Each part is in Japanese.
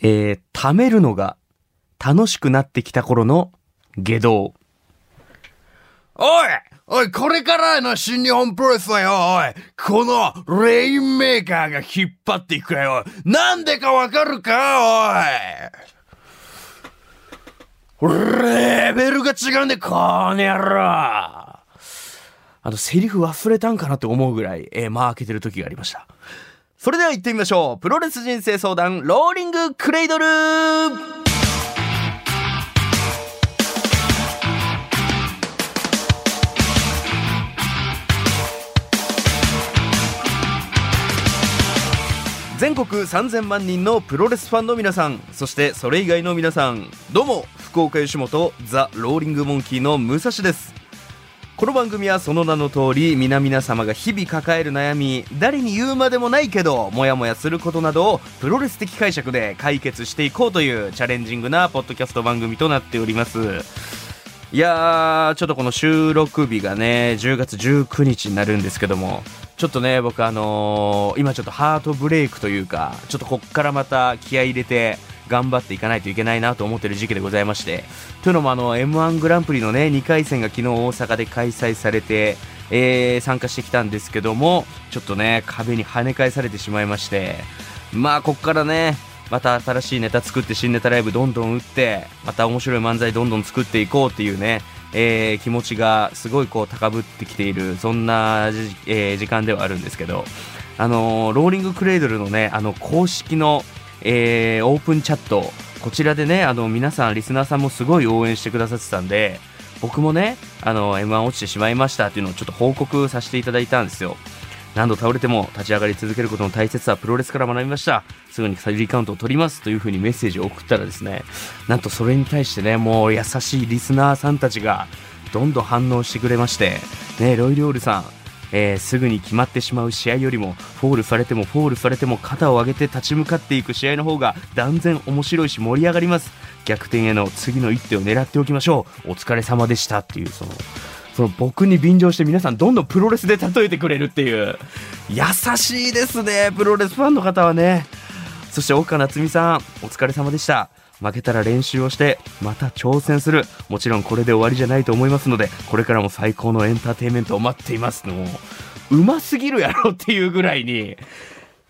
えー、貯めるのが楽しくなってきた頃の下道。おいおい、これからの新日本プロレスはよ、おい、このレインメーカーが引っ張っていくかよ。なんでかわかるかおい。レベルが違うんで、この野郎。あの、セリフ忘れたんかなって思うぐらい、えー、間開けてる時がありました。それでは行ってみましょう。プロレス人生相談、ローリングクレイドル全国3000万人のプロレスファンの皆さんそしてそれ以外の皆さんどうも福岡吉本ザ・ローリングモンキーの武蔵ですこの番組はその名の通り皆々様が日々抱える悩み誰に言うまでもないけどモヤモヤすることなどをプロレス的解釈で解決していこうというチャレンジングなポッドキャスト番組となっておりますいやーちょっとこの収録日がね10月19日になるんですけどもちょっとね僕あのー今ちょっとハートブレイクというかちょっとこっからまた気合い入れて頑張っていかないといけないなと思ってる時期でございましてというのもあの m 1グランプリのね2回戦が昨日大阪で開催されて、えー参加してきたんですけどもちょっとね壁に跳ね返されてしまいましてまあこっからねまた新しいネタ作って新ネタライブどんどん打ってまた面白い漫才どんどん作っていこうっていうね、えー気持ちがすごいこう高ぶってきているそんなじ、えー時間ではあるんですけどあのーローリングクレードルのねあの公式のえーオープンチャット、こちらでね、あの、皆さん、リスナーさんもすごい応援してくださってたんで、僕もね、あの、M1 落ちてしまいましたっていうのをちょっと報告させていただいたんですよ。何度倒れても立ち上がり続けることの大切さはプロレスから学びました。すぐにリカウントを取りますというふうにメッセージを送ったらですね、なんとそれに対してね、もう優しいリスナーさんたちがどんどん反応してくれまして、ね、ロイ・リョールさん、えーすぐに決まってしまう試合よりもフォールされてもフォールされても肩を上げて立ち向かっていく試合の方が断然面白いし盛り上がります逆転への次の一手を狙っておきましょうお疲れ様でしたっていうそのその僕に便乗して皆さんどんどんプロレスで例えてくれるっていう優しいですねプロレスファンの方はねそして岡夏美さん、お疲れ様でした。負けたら練習をして、また挑戦する。もちろんこれで終わりじゃないと思いますので、これからも最高のエンターテインメントを待っています。もう、うますぎるやろっていうぐらいに、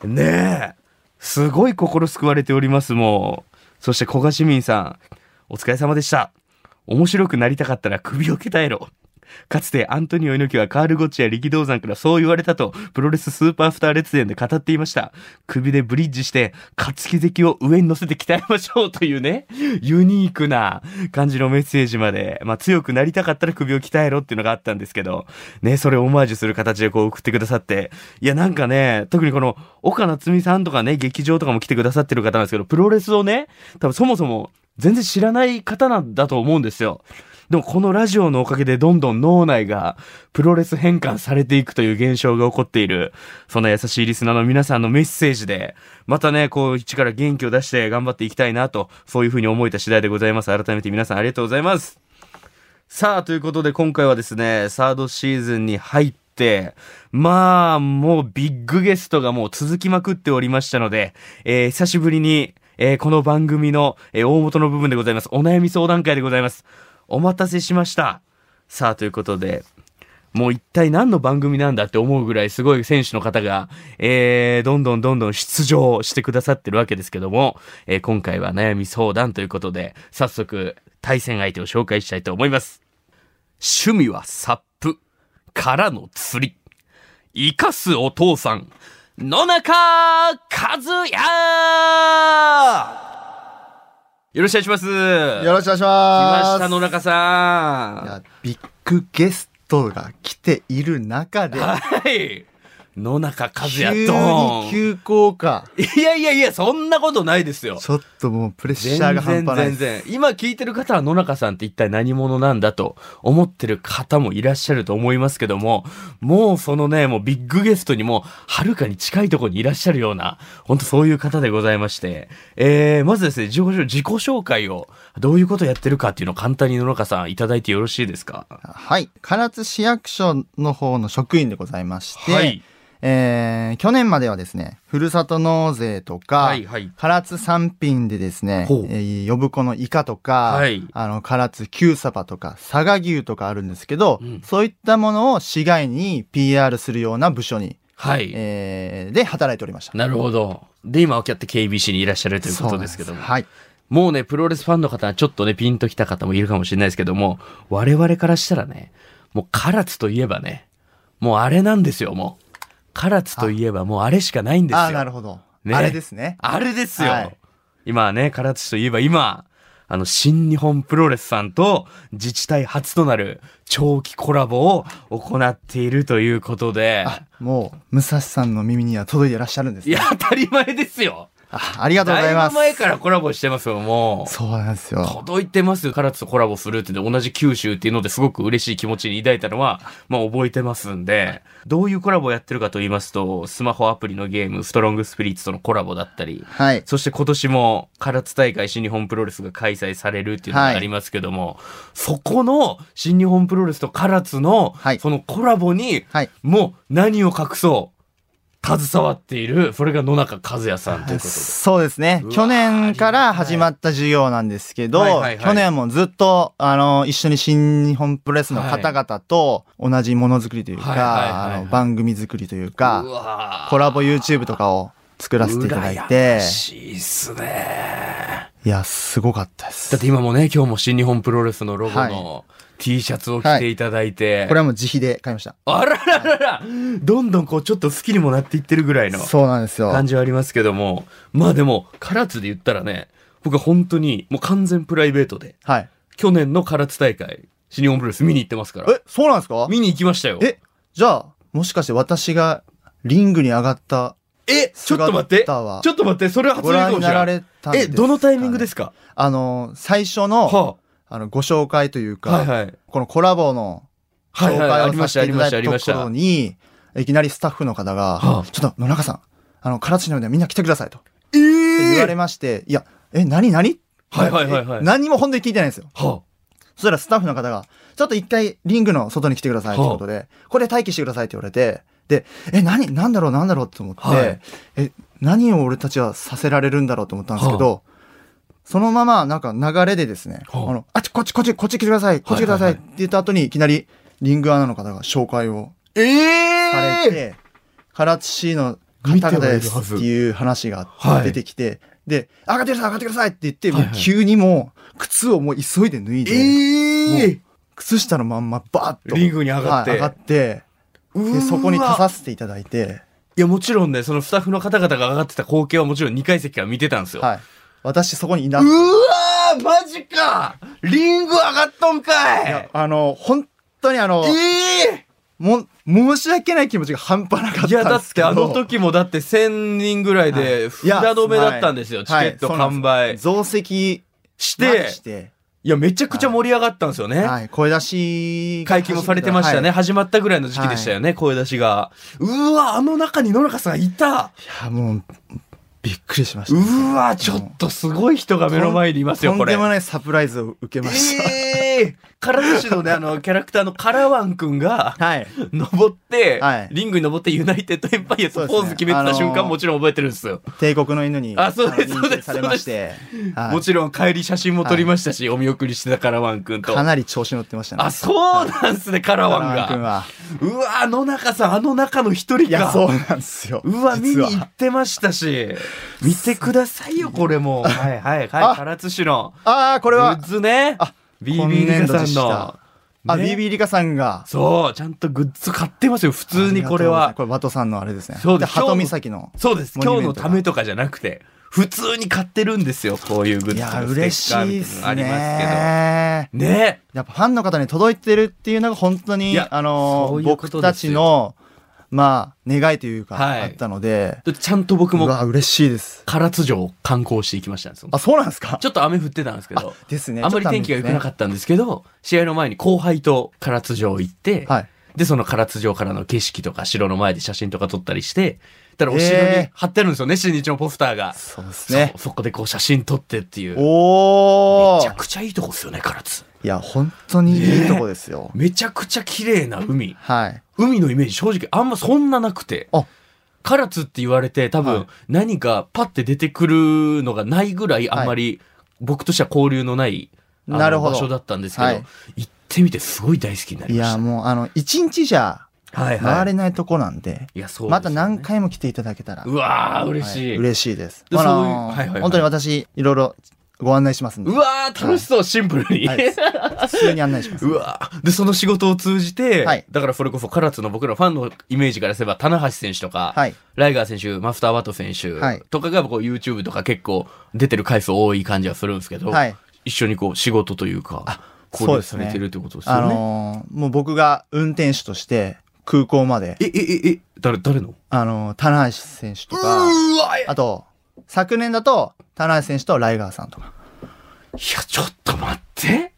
ねえ、すごい心救われております、もう。そして小賀市民さん、お疲れ様でした。面白くなりたかったら首を鍛えろ。かつてアントニオ猪木はカール・ゴッチや力道山からそう言われたと、プロレススーパースター列伝で語っていました。首でブリッジして、担ぎ関を上に乗せて鍛えましょうというね、ユニークな感じのメッセージまで、まあ強くなりたかったら首を鍛えろっていうのがあったんですけど、ね、それをオマージュする形でこう送ってくださって、いやなんかね、特にこの岡夏美さんとかね、劇場とかも来てくださってる方なんですけど、プロレスをね、多分そもそも全然知らない方なんだと思うんですよ。でもこのラジオのおかげでどんどん脳内がプロレス変換されていくという現象が起こっている、そんな優しいリスナーの皆さんのメッセージで、またね、こう一から元気を出して頑張っていきたいなと、そういうふうに思えた次第でございます。改めて皆さんありがとうございます。さあ、ということで今回はですね、サードシーズンに入って、まあ、もうビッグゲストがもう続きまくっておりましたので、えー久しぶりに、えーこの番組の、えー大元の部分でございます。お悩み相談会でございます。お待たせしました。さあ、ということで、もう一体何の番組なんだって思うぐらいすごい選手の方が、えー、どんどんどんどん出場してくださってるわけですけども、えー今回は悩み相談ということで、早速対戦相手を紹介したいと思います。趣味はサップからの釣り。生かすお父さん、野中和也よろしくお願いします。よろしくお願いし来ま。ますした、野中さいん。やビッグゲストが来ている中で、はい。野中和也急にドーン。急降下。いやいやいや、そんなことないですよ。ちょっともうプレッシ全ャー然が半端ないで全す。然。今聞いてる方は野中さんって一体何者なんだと思ってる方もいらっしゃると思いますけども、もうそのね、もうビッグゲストにもうはるかに近いところにいらっしゃるような、本当そういう方でございまして、えー、まずですね、自己紹自己紹介を、どういうことやってるかっていうのを簡単に野中さんいただいてよろしいですかはい。唐津市役所の方の職員でございまして、。えー去年まではですね、ふるさと納税とか、はいはい唐津産品でですね、えほうー呼子のイカとか、はいあの、唐津九サパとか、佐賀牛とかあるんですけど、うんそういったものを市外に PR するような部署に、はい、えーで働いておりました。なるほどで今こうやって KBC にいらっしゃるというこそとうですけどもなんはい。もうねプロレスファンの方はちょっとねピンときた方もいるかもしれないですけども我々からしたらねもう唐津といえばねもうあれなんですよもう唐津といえばもうあれしかないんですよああ、なるほど、ねあれですね。あれですよ。はい今はね、唐津市といえば今、あの、新日本プロレスさんと自治体初となる長期コラボを行っているということで、あ、もう、武蔵さんの耳には届いていらっしゃるんですいね。や、当たり前ですよ。あありがとうございます。だいぶ前からコラボしてますよ、もう。そうなんですよ。届いてますよ、唐津とコラボするってね同じ九州っていうのですごく嬉しい気持ちに抱いたのは、まあ覚えてますんで、どういうコラボをやってるかと言いますと、スマホアプリのゲーム、ストロングスピリッツとのコラボだったり、はい。そして今年も唐津大会新日本プロレスが開催されるっていうのがはいありますけども、そこの新日本プロレスと唐津のはいそのコラボに、はい。もう何を隠そう、携わっている、それが野中和也さんということで。そうですねう。わー去年から始まった授業なんですけど、はいはいはい去年はもうずっと、あの、一緒に新日本プロレスの方々と同じものづくりというか、はいはいはいはいあの番組作りといううか、わーコラボ YouTube とかを作らせていただいて羨ま、しいっすね。いや、すごかったでだす。って今もね、今日も新日本プロレスのロゴのは T シャツを着ていただいて、これはもう自費で買いました。あらららら、どんどんこうちょっと好きにもなっていってるぐらいの。そうなんですよ。感じはありますけども、まあでも、唐津で言ったらね、僕は本当にもう完全プライベートで、はい。去年の唐津大会、新日本プロレス見に行ってますから。え、そうなんですか見に行きましたよ。え、じゃあ、もしかして私がリングに上がった、えちょっと待って。ち姿はょっと待って、それは初ごめか覧もにしなれならい。れたんですえ、かねどのタイミングですかあの、最初の、はあの、ご紹介というあ、か、はいはい。このコラボのはい紹はい、あ介りをまさしせた、あていりたました、だいあたりとましころた。に、いきなりスタッフの方が、はあちょっと野中さん、あの、唐津市ので見には来てくださいとえ言わーれまして、いや、え、何何はいはいはいはいえ何にも本当に聞いてないんですよ。はそしたらスタッフの方が、ちょっと一回リングの外に来てくださいってことで、これ待機してくださいって言われて、で、え、何、なんだろうなんだろうって思って、はいえ、何を俺たちはさせられるんだろうと思ったんですけど、そのままなんか流れでですね、はああの、あっちこっちこっちこっち来てください、こっち来てくださいって言った後にいきなりリングアナの方が紹介をあ。えされえて、唐津市の方々で見てはいるはずすっていう話がはい出てきて、で、上がってください上がってくださいって言って、はいはいもう急にもう靴をもう急いで脱いで、ええ靴下のまんまバーッとリングに上がってはい上がってうでそこにわ立たせていただいて、いや、もちろんね、そのスタッフの方々が上がってた光景はもちろん2階席から見てたんですよ。はい、私そこにいなういわーマジかリング上がっとんかいやあの本当にあのえも申し訳ない気持ちが半端なかったんですけいどや、だってあの時もだって1000人ぐらいはいで札止めだったんですよ、はいチケットはいそうな完ん売です増席しまてで、して、いや、めちゃくちゃ盛り上がったんですよね。はい、声出し解禁もされてましたね、はい始まったぐらいの時期でしたよね、声出しが。うわ、あの中に野中さんいたいやもうびっくりしました、うわ、ちょっとすごい人が目の前にいますよ、とこんれで。もないサプライズを受けました、ええー、唐津市のね、あの、キャラクターのカラワンくんが、はい登って、はいリングに登ってユナイテッドエンパイアとポーズ決めてた瞬間、そうですねあのーもちろん覚えてるんですよ。帝国の犬にあそうですあの認そうで定すされまして、はいもちろん帰り写真も撮りましたし、お見送りしてたカラワンくんと。かなり調子乗ってましたねあ、そうなんすね、カラワン田中君が。はうわ、あの中さん、あの中の一人いやか。そうなんですようわ、見に実は行ってましたし、見てくださいよ、これもう。はいはいはあい、唐津市の。ああここれれははグッズね。あ BB リカ今年度でしさたんの。あね BB リカさんがそう、ちゃんとグッズ買ってますよ、普通にこれはありがとうございます。これワトさんのあれですねそうです鳩岬のそうです。モニ今ュ日メのントがためとかじゃなくて、普通に買ってるんですよ。こういうグッズいとかやステ嬉ッしカーいみたいなですのありますねけど。ねやっぱファンの方に届いてるっていうのが本当いにやあのそういうことで僕たすちよのまあ願いというか、はいあったのでちゃんと僕うもわ嬉しいです唐津城を観光していきましたんですよあそうなんですかちょっと雨降ってたんですけど、ですねあんまり天気が良くなかったんですけど、試合の前に後輩と唐津城行って、はいで、その唐津城からの景色とか城の前で写真とか撮ったりして、たらお城にえー貼ってあるんですよね、新日のポスターが。そうですねそうそこでこう写真撮ってっていう。めおおちゃくちゃいいとこっすよね、唐津。いや本当にいいとこですよ、めちゃくちゃ綺麗な海。はい。海のイメージ正直あんまそんななくてあ唐津って言われて多は分い何かパッて出てくるのがないぐらいあんまり僕としては交流のないあのなるほど場所だったんですけど、はい行ってみてすごい大好きになりいましや、もう、あの、一日じゃた。はい回れい。ないとこなんで、いやそうですよねまた何回も来ていただけたら、うわー嬉しい。は嬉しいです。であそういうのはいはいはいー、本当に私、いろいろご案内しますんで。うわー楽しそう、シンプルに。はい普通に案内します。 うわーでその仕事を通じて、はいだからそれこそ唐津の僕らファンのイメージからすれば棚橋選手とか、はいライガー選手マスター・ワト選手はいとかがこう YouTube とか結構出てる回数多い感じはするんですけど、はい一緒にこう仕事というか交流されてるってことですよあね。のー、もう僕が運転手として、空港まで、ええええ誰誰のあのー、棚橋選手とか、わいやあと、昨年だと、棚橋選手とライガーさんとか。ちょっと待って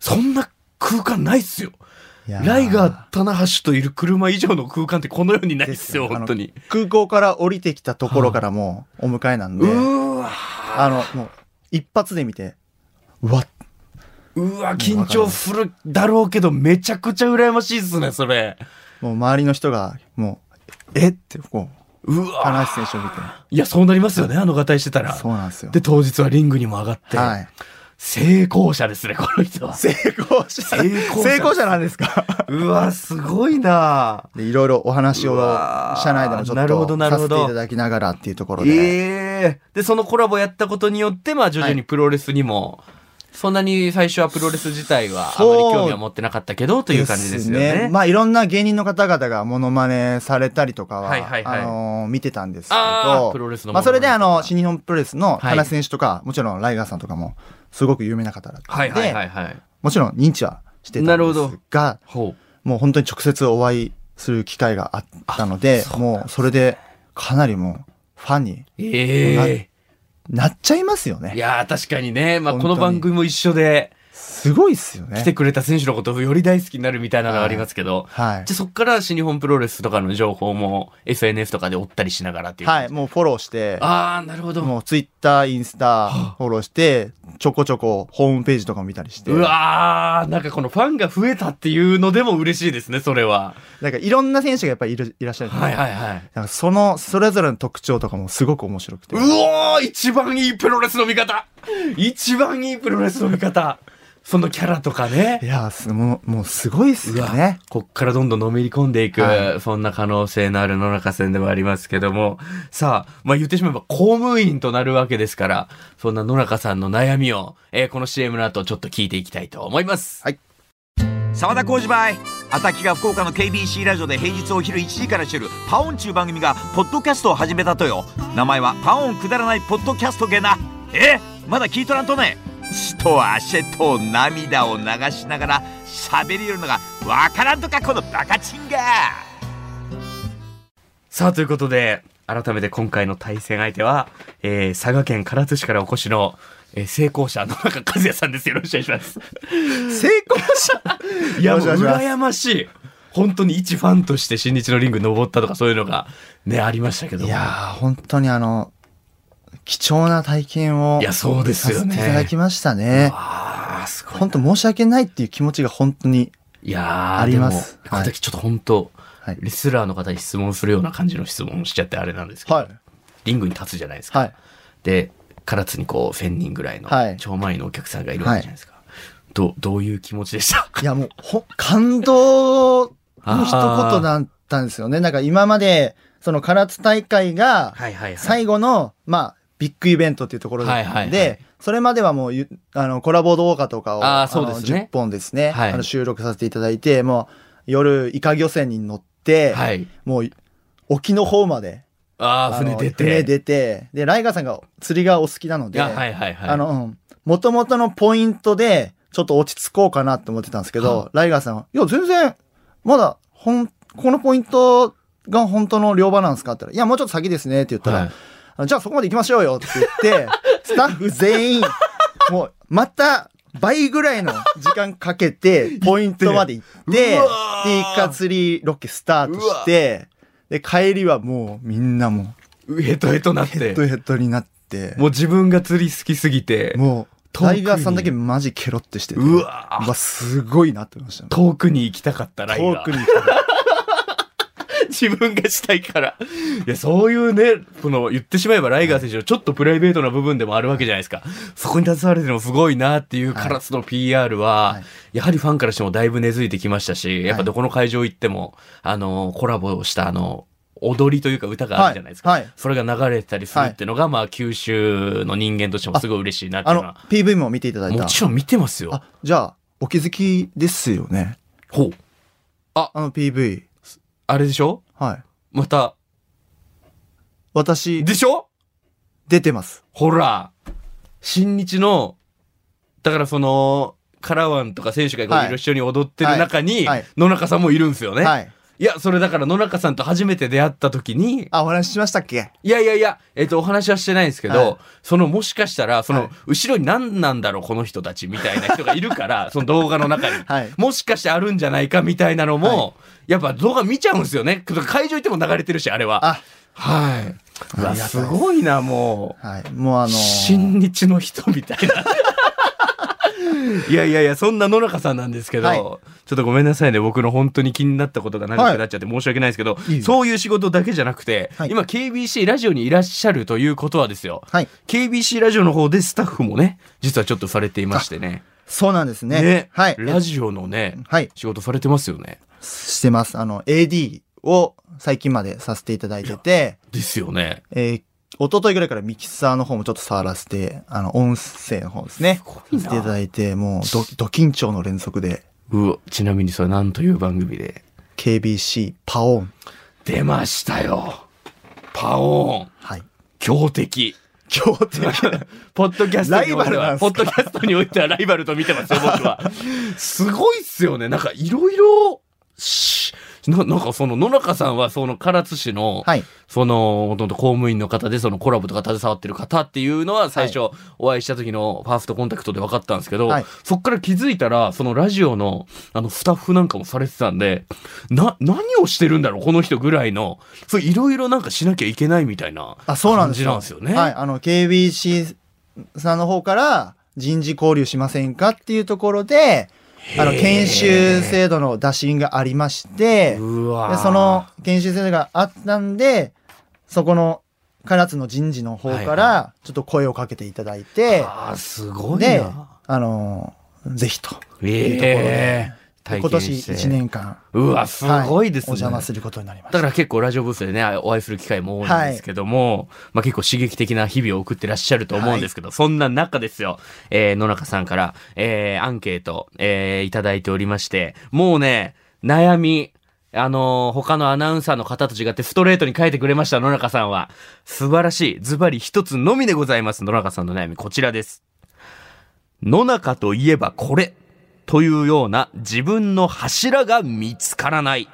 そんな空間ないっすよ。いやライガー、棚橋といる車以上の空間ってこの世にないっすよ、ですよ本当に。空港から降りてきたところからもうお迎えなんうで、ーわあの、もう一発で見て、うわ、うわ、緊張するだろうけど、めちゃくちゃ羨ましいっすね、それ。もう周りの人が、もう、えって、こう、う棚わ。橋選手を見て、いや、そうなりますよね、あのがたいしてたら。そうなんですよ。で、当日はリングにも上がって、はい。成功者ですね、この人は。成功者。成功者成功者なんで すかうわ、すごいなで、いろいろお話をうわ、ー社内でもちょなっるほどとなるさほせどていただきながらっていうところで、ええで、そのコラボやったことによって、まあ、徐々にプロレスにも、そんなに最初はプロレス自体は、あまり興味は持ってなかったけど、という感じですよね。まあいろんな芸人の方々がモノマネされたりとかは、はいはいはいあのー見てたんですけあどー、プロレスのモノマネまあそれであの、新日本プロレスのはい原選手とか、もちろんライガーさんとかも、すごく有名な方だったはいので、はいはいはい。もちろん認知はしてたなんるほでどすが、ほもう本当に直接お会いする機会があったので、もうそれでかなりもうファンにう。ええなっちゃいますよいね。やー確かにね、まあ、本こ当にの番組も一緒で、すごいっすよ来てね。くれた選手のことをより大好きになるみたいなのがありますけど、はいじゃ。あそっから新日本プロレスとかの情報も SNS とかで追ったりしながらっていう。はい、もうフォローして、ああ、なるほど。もうツイッター、インスタフォローして、ちょこちょこホームページとかも見たりして。うわー、なんかこのファンが増えたっていうのでも嬉しいですね、それは。なんかいろんな選手がやっぱりいるいらっしゃるじゃなはいいはいはい。なんかその、それぞれの特徴とかもすごく面白くて。うおー、一番いいプロレスの見方一番いいプロレスの見方そのキャラとかねい。やーすもう、もうすごいっすうよわね。こっからどんどんのめり込んでいく、はそんな可能性のある野中戦ではありますけども、さあ、まあ言ってしまえば公務員となるわけですから、そんな野中さんの悩みを、えーこの CM の後ちょっと聞いていきたいと思います。沢田浩二バイアタキが福岡の KBC ラジオで平日お昼1時からしてる「パオン」ちゅう番組がポッドキャストを始めたとよ名前は「パオンくだらないポッドキャストゲな」えまだ聞いとらんとね血と汗と涙を流しながら喋りよるのがわからんとかこのバカチンがさあ、ということで、改めて今回の対戦相手は、えー佐賀県唐津市からお越しの、えー成功者野中和也さんです。よろしくお願いします。成功者いや、よもろうしくお 願いします羨ましい。本当に一ファンとして新日のリング登ったとかそういうのがね、ありましたけどいも。やー本当にあの、貴重な体験を。いやそうですよねさせていただきましたね。ああ、すごいな。本当申し訳ないっていう気持ちが本当に。いやーありますでもこはれいだけちょっと本当、はいレスラーの方に質問するような感じの質問をしちゃってあれなんですけど、はい。リングに立つじゃないですか。はい。で、唐津にこう、1000人ぐらいのはい超満員のお客さんがいるわけじゃないですか。どどういう気持ちでしたいやもう、ほ、 感動の一言だったんですよね。なんか今まで、その唐津大会が、はいはいはい。最後の、まあ、ビッグイベントっていうところはいはいはいで、それまではもうゆ、あの、コラボ動画とかを、あーあそうでのすね10本ですね、はいあの収録させていただいて、もう、夜、イカ漁船に乗って、はい。もう、沖の方まで、ああ、あの船出て。船出て、で、ライガーさんが釣りがお好きなのいで、や、はいはいはい。あの、うん元々のポイントで、ちょっと落ち着こうかなって思ってたんですけはど、ライガーさんは、いや、全然、まだ、ほん、このポイントが本当の両場なんですかって言ったら、いや、もうちょっと先ですねって言ったら、はいあのじゃあそこまで行きましょうよって 言って、スタッフ全員、もう、また、倍ぐらいの時間かけ て、ポイントまで行って、で、イうわーカ釣りロケスタートして、で、帰りはもうみんなもヘトヘトなっう、ヘてッ。ドヘッドになって、もう自分が釣り好きすぎて、も遠う、くにライガーさんだけマジケロってしてて。うわーすごいなって思いましたね。遠くに行きたかったライガー遠くに行った。 自分がしたいから。いや、そういうね、この、言ってしまえばライガー選手のちょっとプライベートな部分でもあるわけじゃないですか。そこに携われてるのすごいなっていうカラスの PR は、はいやはりファンからしてもだいぶ根付いてきましたし、やっはぱいどこの会場行っても、あの、コラボしたあの、踊りというか歌があるじゃないですか。はいはいそれが流れてたりするっていうのが、まあ、九州の人間としてもすごい嬉しいなっていあうののは。、 PV も見ていただいた。もちろん見てますよあ。、じゃあ、お気づきですよね。ほう。あの PV。あれでしょはい。また。私、でしょ出てます。ほら、新日の、だからその、カラワンとか選手がこうはいいろいろ一緒に踊ってる中にはいはい、野中さんもいるんですよね。はい。いや、それだから野中さんと初めて出会った時に、あ、お話ししましたっけいやいやいや、えっ、と、お話はしてないんですけど、はいその、もしかしたら、そはのい、後ろに何なんだろう、この人たち、みたいな人がいる から、その動画の中に。はいもしかしてあるんじゃないか、みたいなのも、やっぱ動画見ちゃうんですよね。会場行っても流れてるし、あれは。あ、はい。うわ、ありがたいですすごいな、もう。はい。もうあのー新日の人みたいな。 いやいやいや、そんな野中さんなんですけど、はいちょっとごめんなさいね、僕の本当に気になったことが長くなっちゃって申し訳ないですけど、いえいえそういう仕事だけじゃなくて、はい今 KBC ラジオにいらっしゃるということはですよ、はい。 KBC ラジオの方でスタッフもね、実はちょっとされていましてね。そうなんですね。はい。ラジオのね、はい。仕事されてますよね。してます。あの、AD を最近までさせていただいてて、ですよね。えー、一昨日ぐらいからミキサーの方もちょっと触らせて、あの、音声の方ですね。いなさせていただいて、もう、ど、ど緊張の連続で、うわちなみにそれ何という番組で KBC、パオン。出ましたよ。パオーン、はい。強敵。強敵。 ポッドキャストにおいてはライバルなんすかポッドキャストにおいてはライバルと見てますよ、僕は。すごいっすよね。なんかいろいろ、しななんかその野中さんはその唐津市の、はい。その、ほとんど公務員の方でそのコラボとか携わってる方っていうのは最初お会いした時のファーストコンタクトで分かったんですけど、はいそっから気づいたら、そのラジオのあのスタッフなんかもされてたんで、な、何をしてるんだろう、この人ぐらいの、そういろいろなんかしなきゃいけないみたいなあ、そうなん感ですじよ。なんですよね。はい。あの、KBC さんの方から、人事交流しませんかっていうところで、あの、研修制度の打診がありまして、うわでーその研修制度があったんでそこの唐津の人事の方はかいはらちょっと声をかけていただいて、ああ、すごいでな。あのーぜひとえいうところで、体験今年して1年間うわ、すごいですね。はお邪魔することになりまだしたから結構ラジオブースでね、お会いする機会も多いんですけども、まあ結構刺激的な日々を送ってらっしゃると思うんですけど、そんな中ですよ、えー野中さんから、えーアンケート、えーいただいておりまして、もうね、悩み、あのー他のアナウンサーの方と違ってストレートに書いてくれました、野中さんは。素晴らしい。ズバリ一つのみでございます、野中さんの悩み、こちらです。野中といえばこれというような自分の柱が見つからない。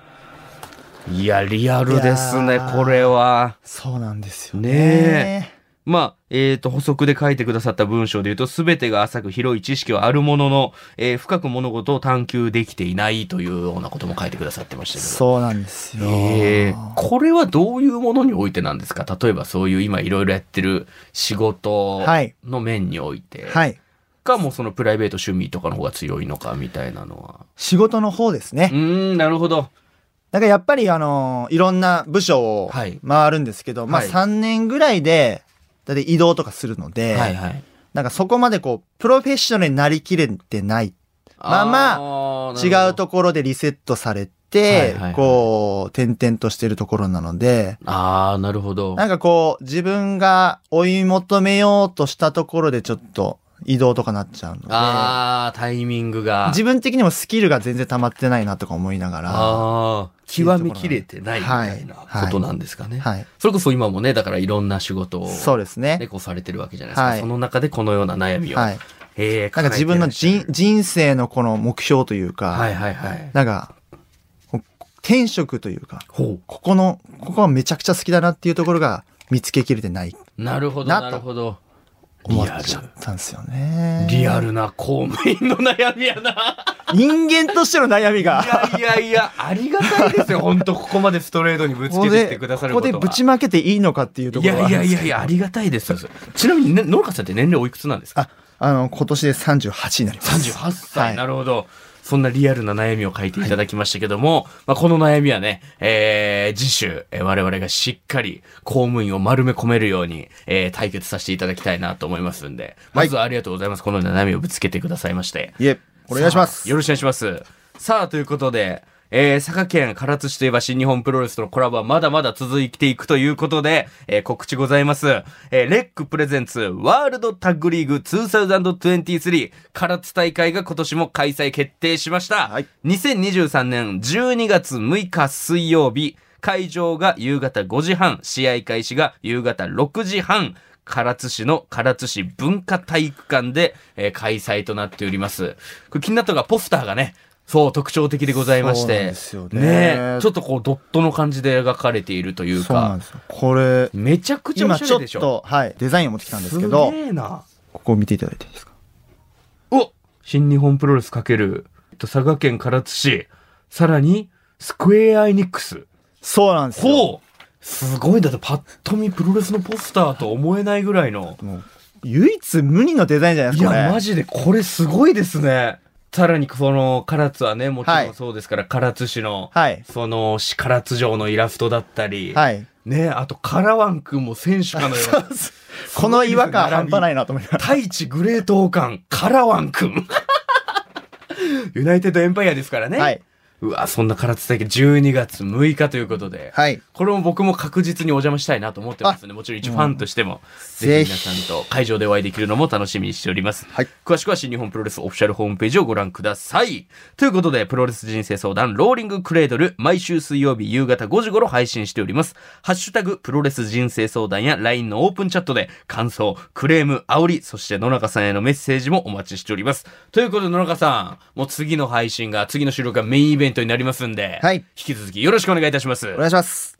いや、リアルですいねや、ーこれは。そうなんですよねねまあ、えっ、と、補足で書いてくださった文章で言うと、すべてが浅く広い知識はあるものの、えー深く物事を探求できていないというようなことも書いてくださってましたけど。そうなんですよ、えーこれはどういうものにおいてなんですか例えばそういう今いろいろやってる仕事はいの面において。はいかもうそのプライベート趣味とかの方が強いのかみたいなのは。仕事の方ですねうーん、なるほど。だからやっぱりあのーいろんな部署をはい回るんですけど、まあはい3年ぐらいでだって移動とかするので、はいはい。なんかそこまでこう、プロフェッショナルになりきれてない。まあまあ違う。ところでリセットされはいてはいはい、こう、転々としてるところなので、ああ、なるほど。なんかこう、自分が追い求めようとしたところでちょっと移動とかなっちゃうので、ああ、タイミングが。自分的にもスキルが全然溜まってないなとか思いながら、はああ、極めきれてないみたいなはいことなんですかね。い。それこそ今もね、だからいろんな仕事を、そうですね、ね。こうされてるわけじゃないですか。はいその中でこのような悩みを。はい。ええなんか自分の人人生のこの目標というか、はいはいはい。なんか、こう転職というか、ほ。ここの、ここはめちゃくちゃ好きだなっていうところが見つけきれてないうなるほど、なとなるほど。思リっアルちゃ。ったんですよね。リアルな公務員の悩みやな。人間としての悩みが。 いやいやいや、ありがたいですよ、本当ここまでストレートにぶつけてきてくださるこここでとは。ここでぶちまけていいのかっていうといころはやいやいやいや、ありがたいですよ。ちなみに、ね、農家さんって年齢おいくつなんですかああの今年で38になります38歳、はいなるほど。そんなリアルな悩みを書いていただきましたけども、まあ、この悩みはね、えー、次週、えー我々がしっかり公務員を丸め込めるように、えー対決させていただきたいなと思いますんで、まずはありがとうございます。この悩みをぶつけてくださいまして。いえお願いしますよろしくお願いします。さあ、ということで、えー、佐賀県唐津市といえば新日本プロレスとのコラボはまだまだ続いていくということで、えー、告知ございます。えー、レックプレゼンツワールドタッグリーグ2023唐津大会が今年も開催決定しました。はい2023年12月6日水曜日、会場が夕方5時半、試合開始が夕方6時半、唐津市の唐津市文化体育館で、えー開催となっております。これ気になったのがポスターがね、そう特徴的でございまして。そうなんですよねえちょっとこうドットの感じで描かれているというそうなんか、ですよこれめちゃくちゃお今しちゃょれでっしょ。と、はい、デザインを持ってきたんですけすどげえな。ここを見ていただいていいですかお新日本プロレス×佐賀県唐津市、さらにスクエアエニックス。そうなんですよほうすごいだってパッと見プロレスのポスターと思えないぐらいの。もう唯一無二のデザインじゃないでいすかこれや、マジでこれすごいですね。さらにこの唐津はね、もちはろんいそうですから、唐津市の、はいその市唐津城のイラストだったり、はいね、あとカラワン君も選手かのような。。この違和感半端ないいなと思いながら太一グレート王冠、カラワン 君。ユナイテッドエンパイアですからね。はいうわ、そんな唐津大会12月6日ということで。はいこれも僕も確実にお邪魔したいなと思ってますので、もちろん一ファンとしても、ぜぜひひ皆さんと会場でお会いできるのも楽しみにしております。はい詳しくは新日本プロレスオフィシャルホームページをご覧ください。ということで、プロレス人生相談、ローリングクレードル、毎週水曜日夕方5時頃配信しております。ハッシュタグ、プロレス人生相談や LINE のオープンチャットで、感想、クレーム、煽り、そして野中さんへのメッセージもお待ちしております。ということで、野中さん、もう次の配信が、次の収録がメインイベントになりますんで、はい引き続きよろしくお願いいたしますお。願いします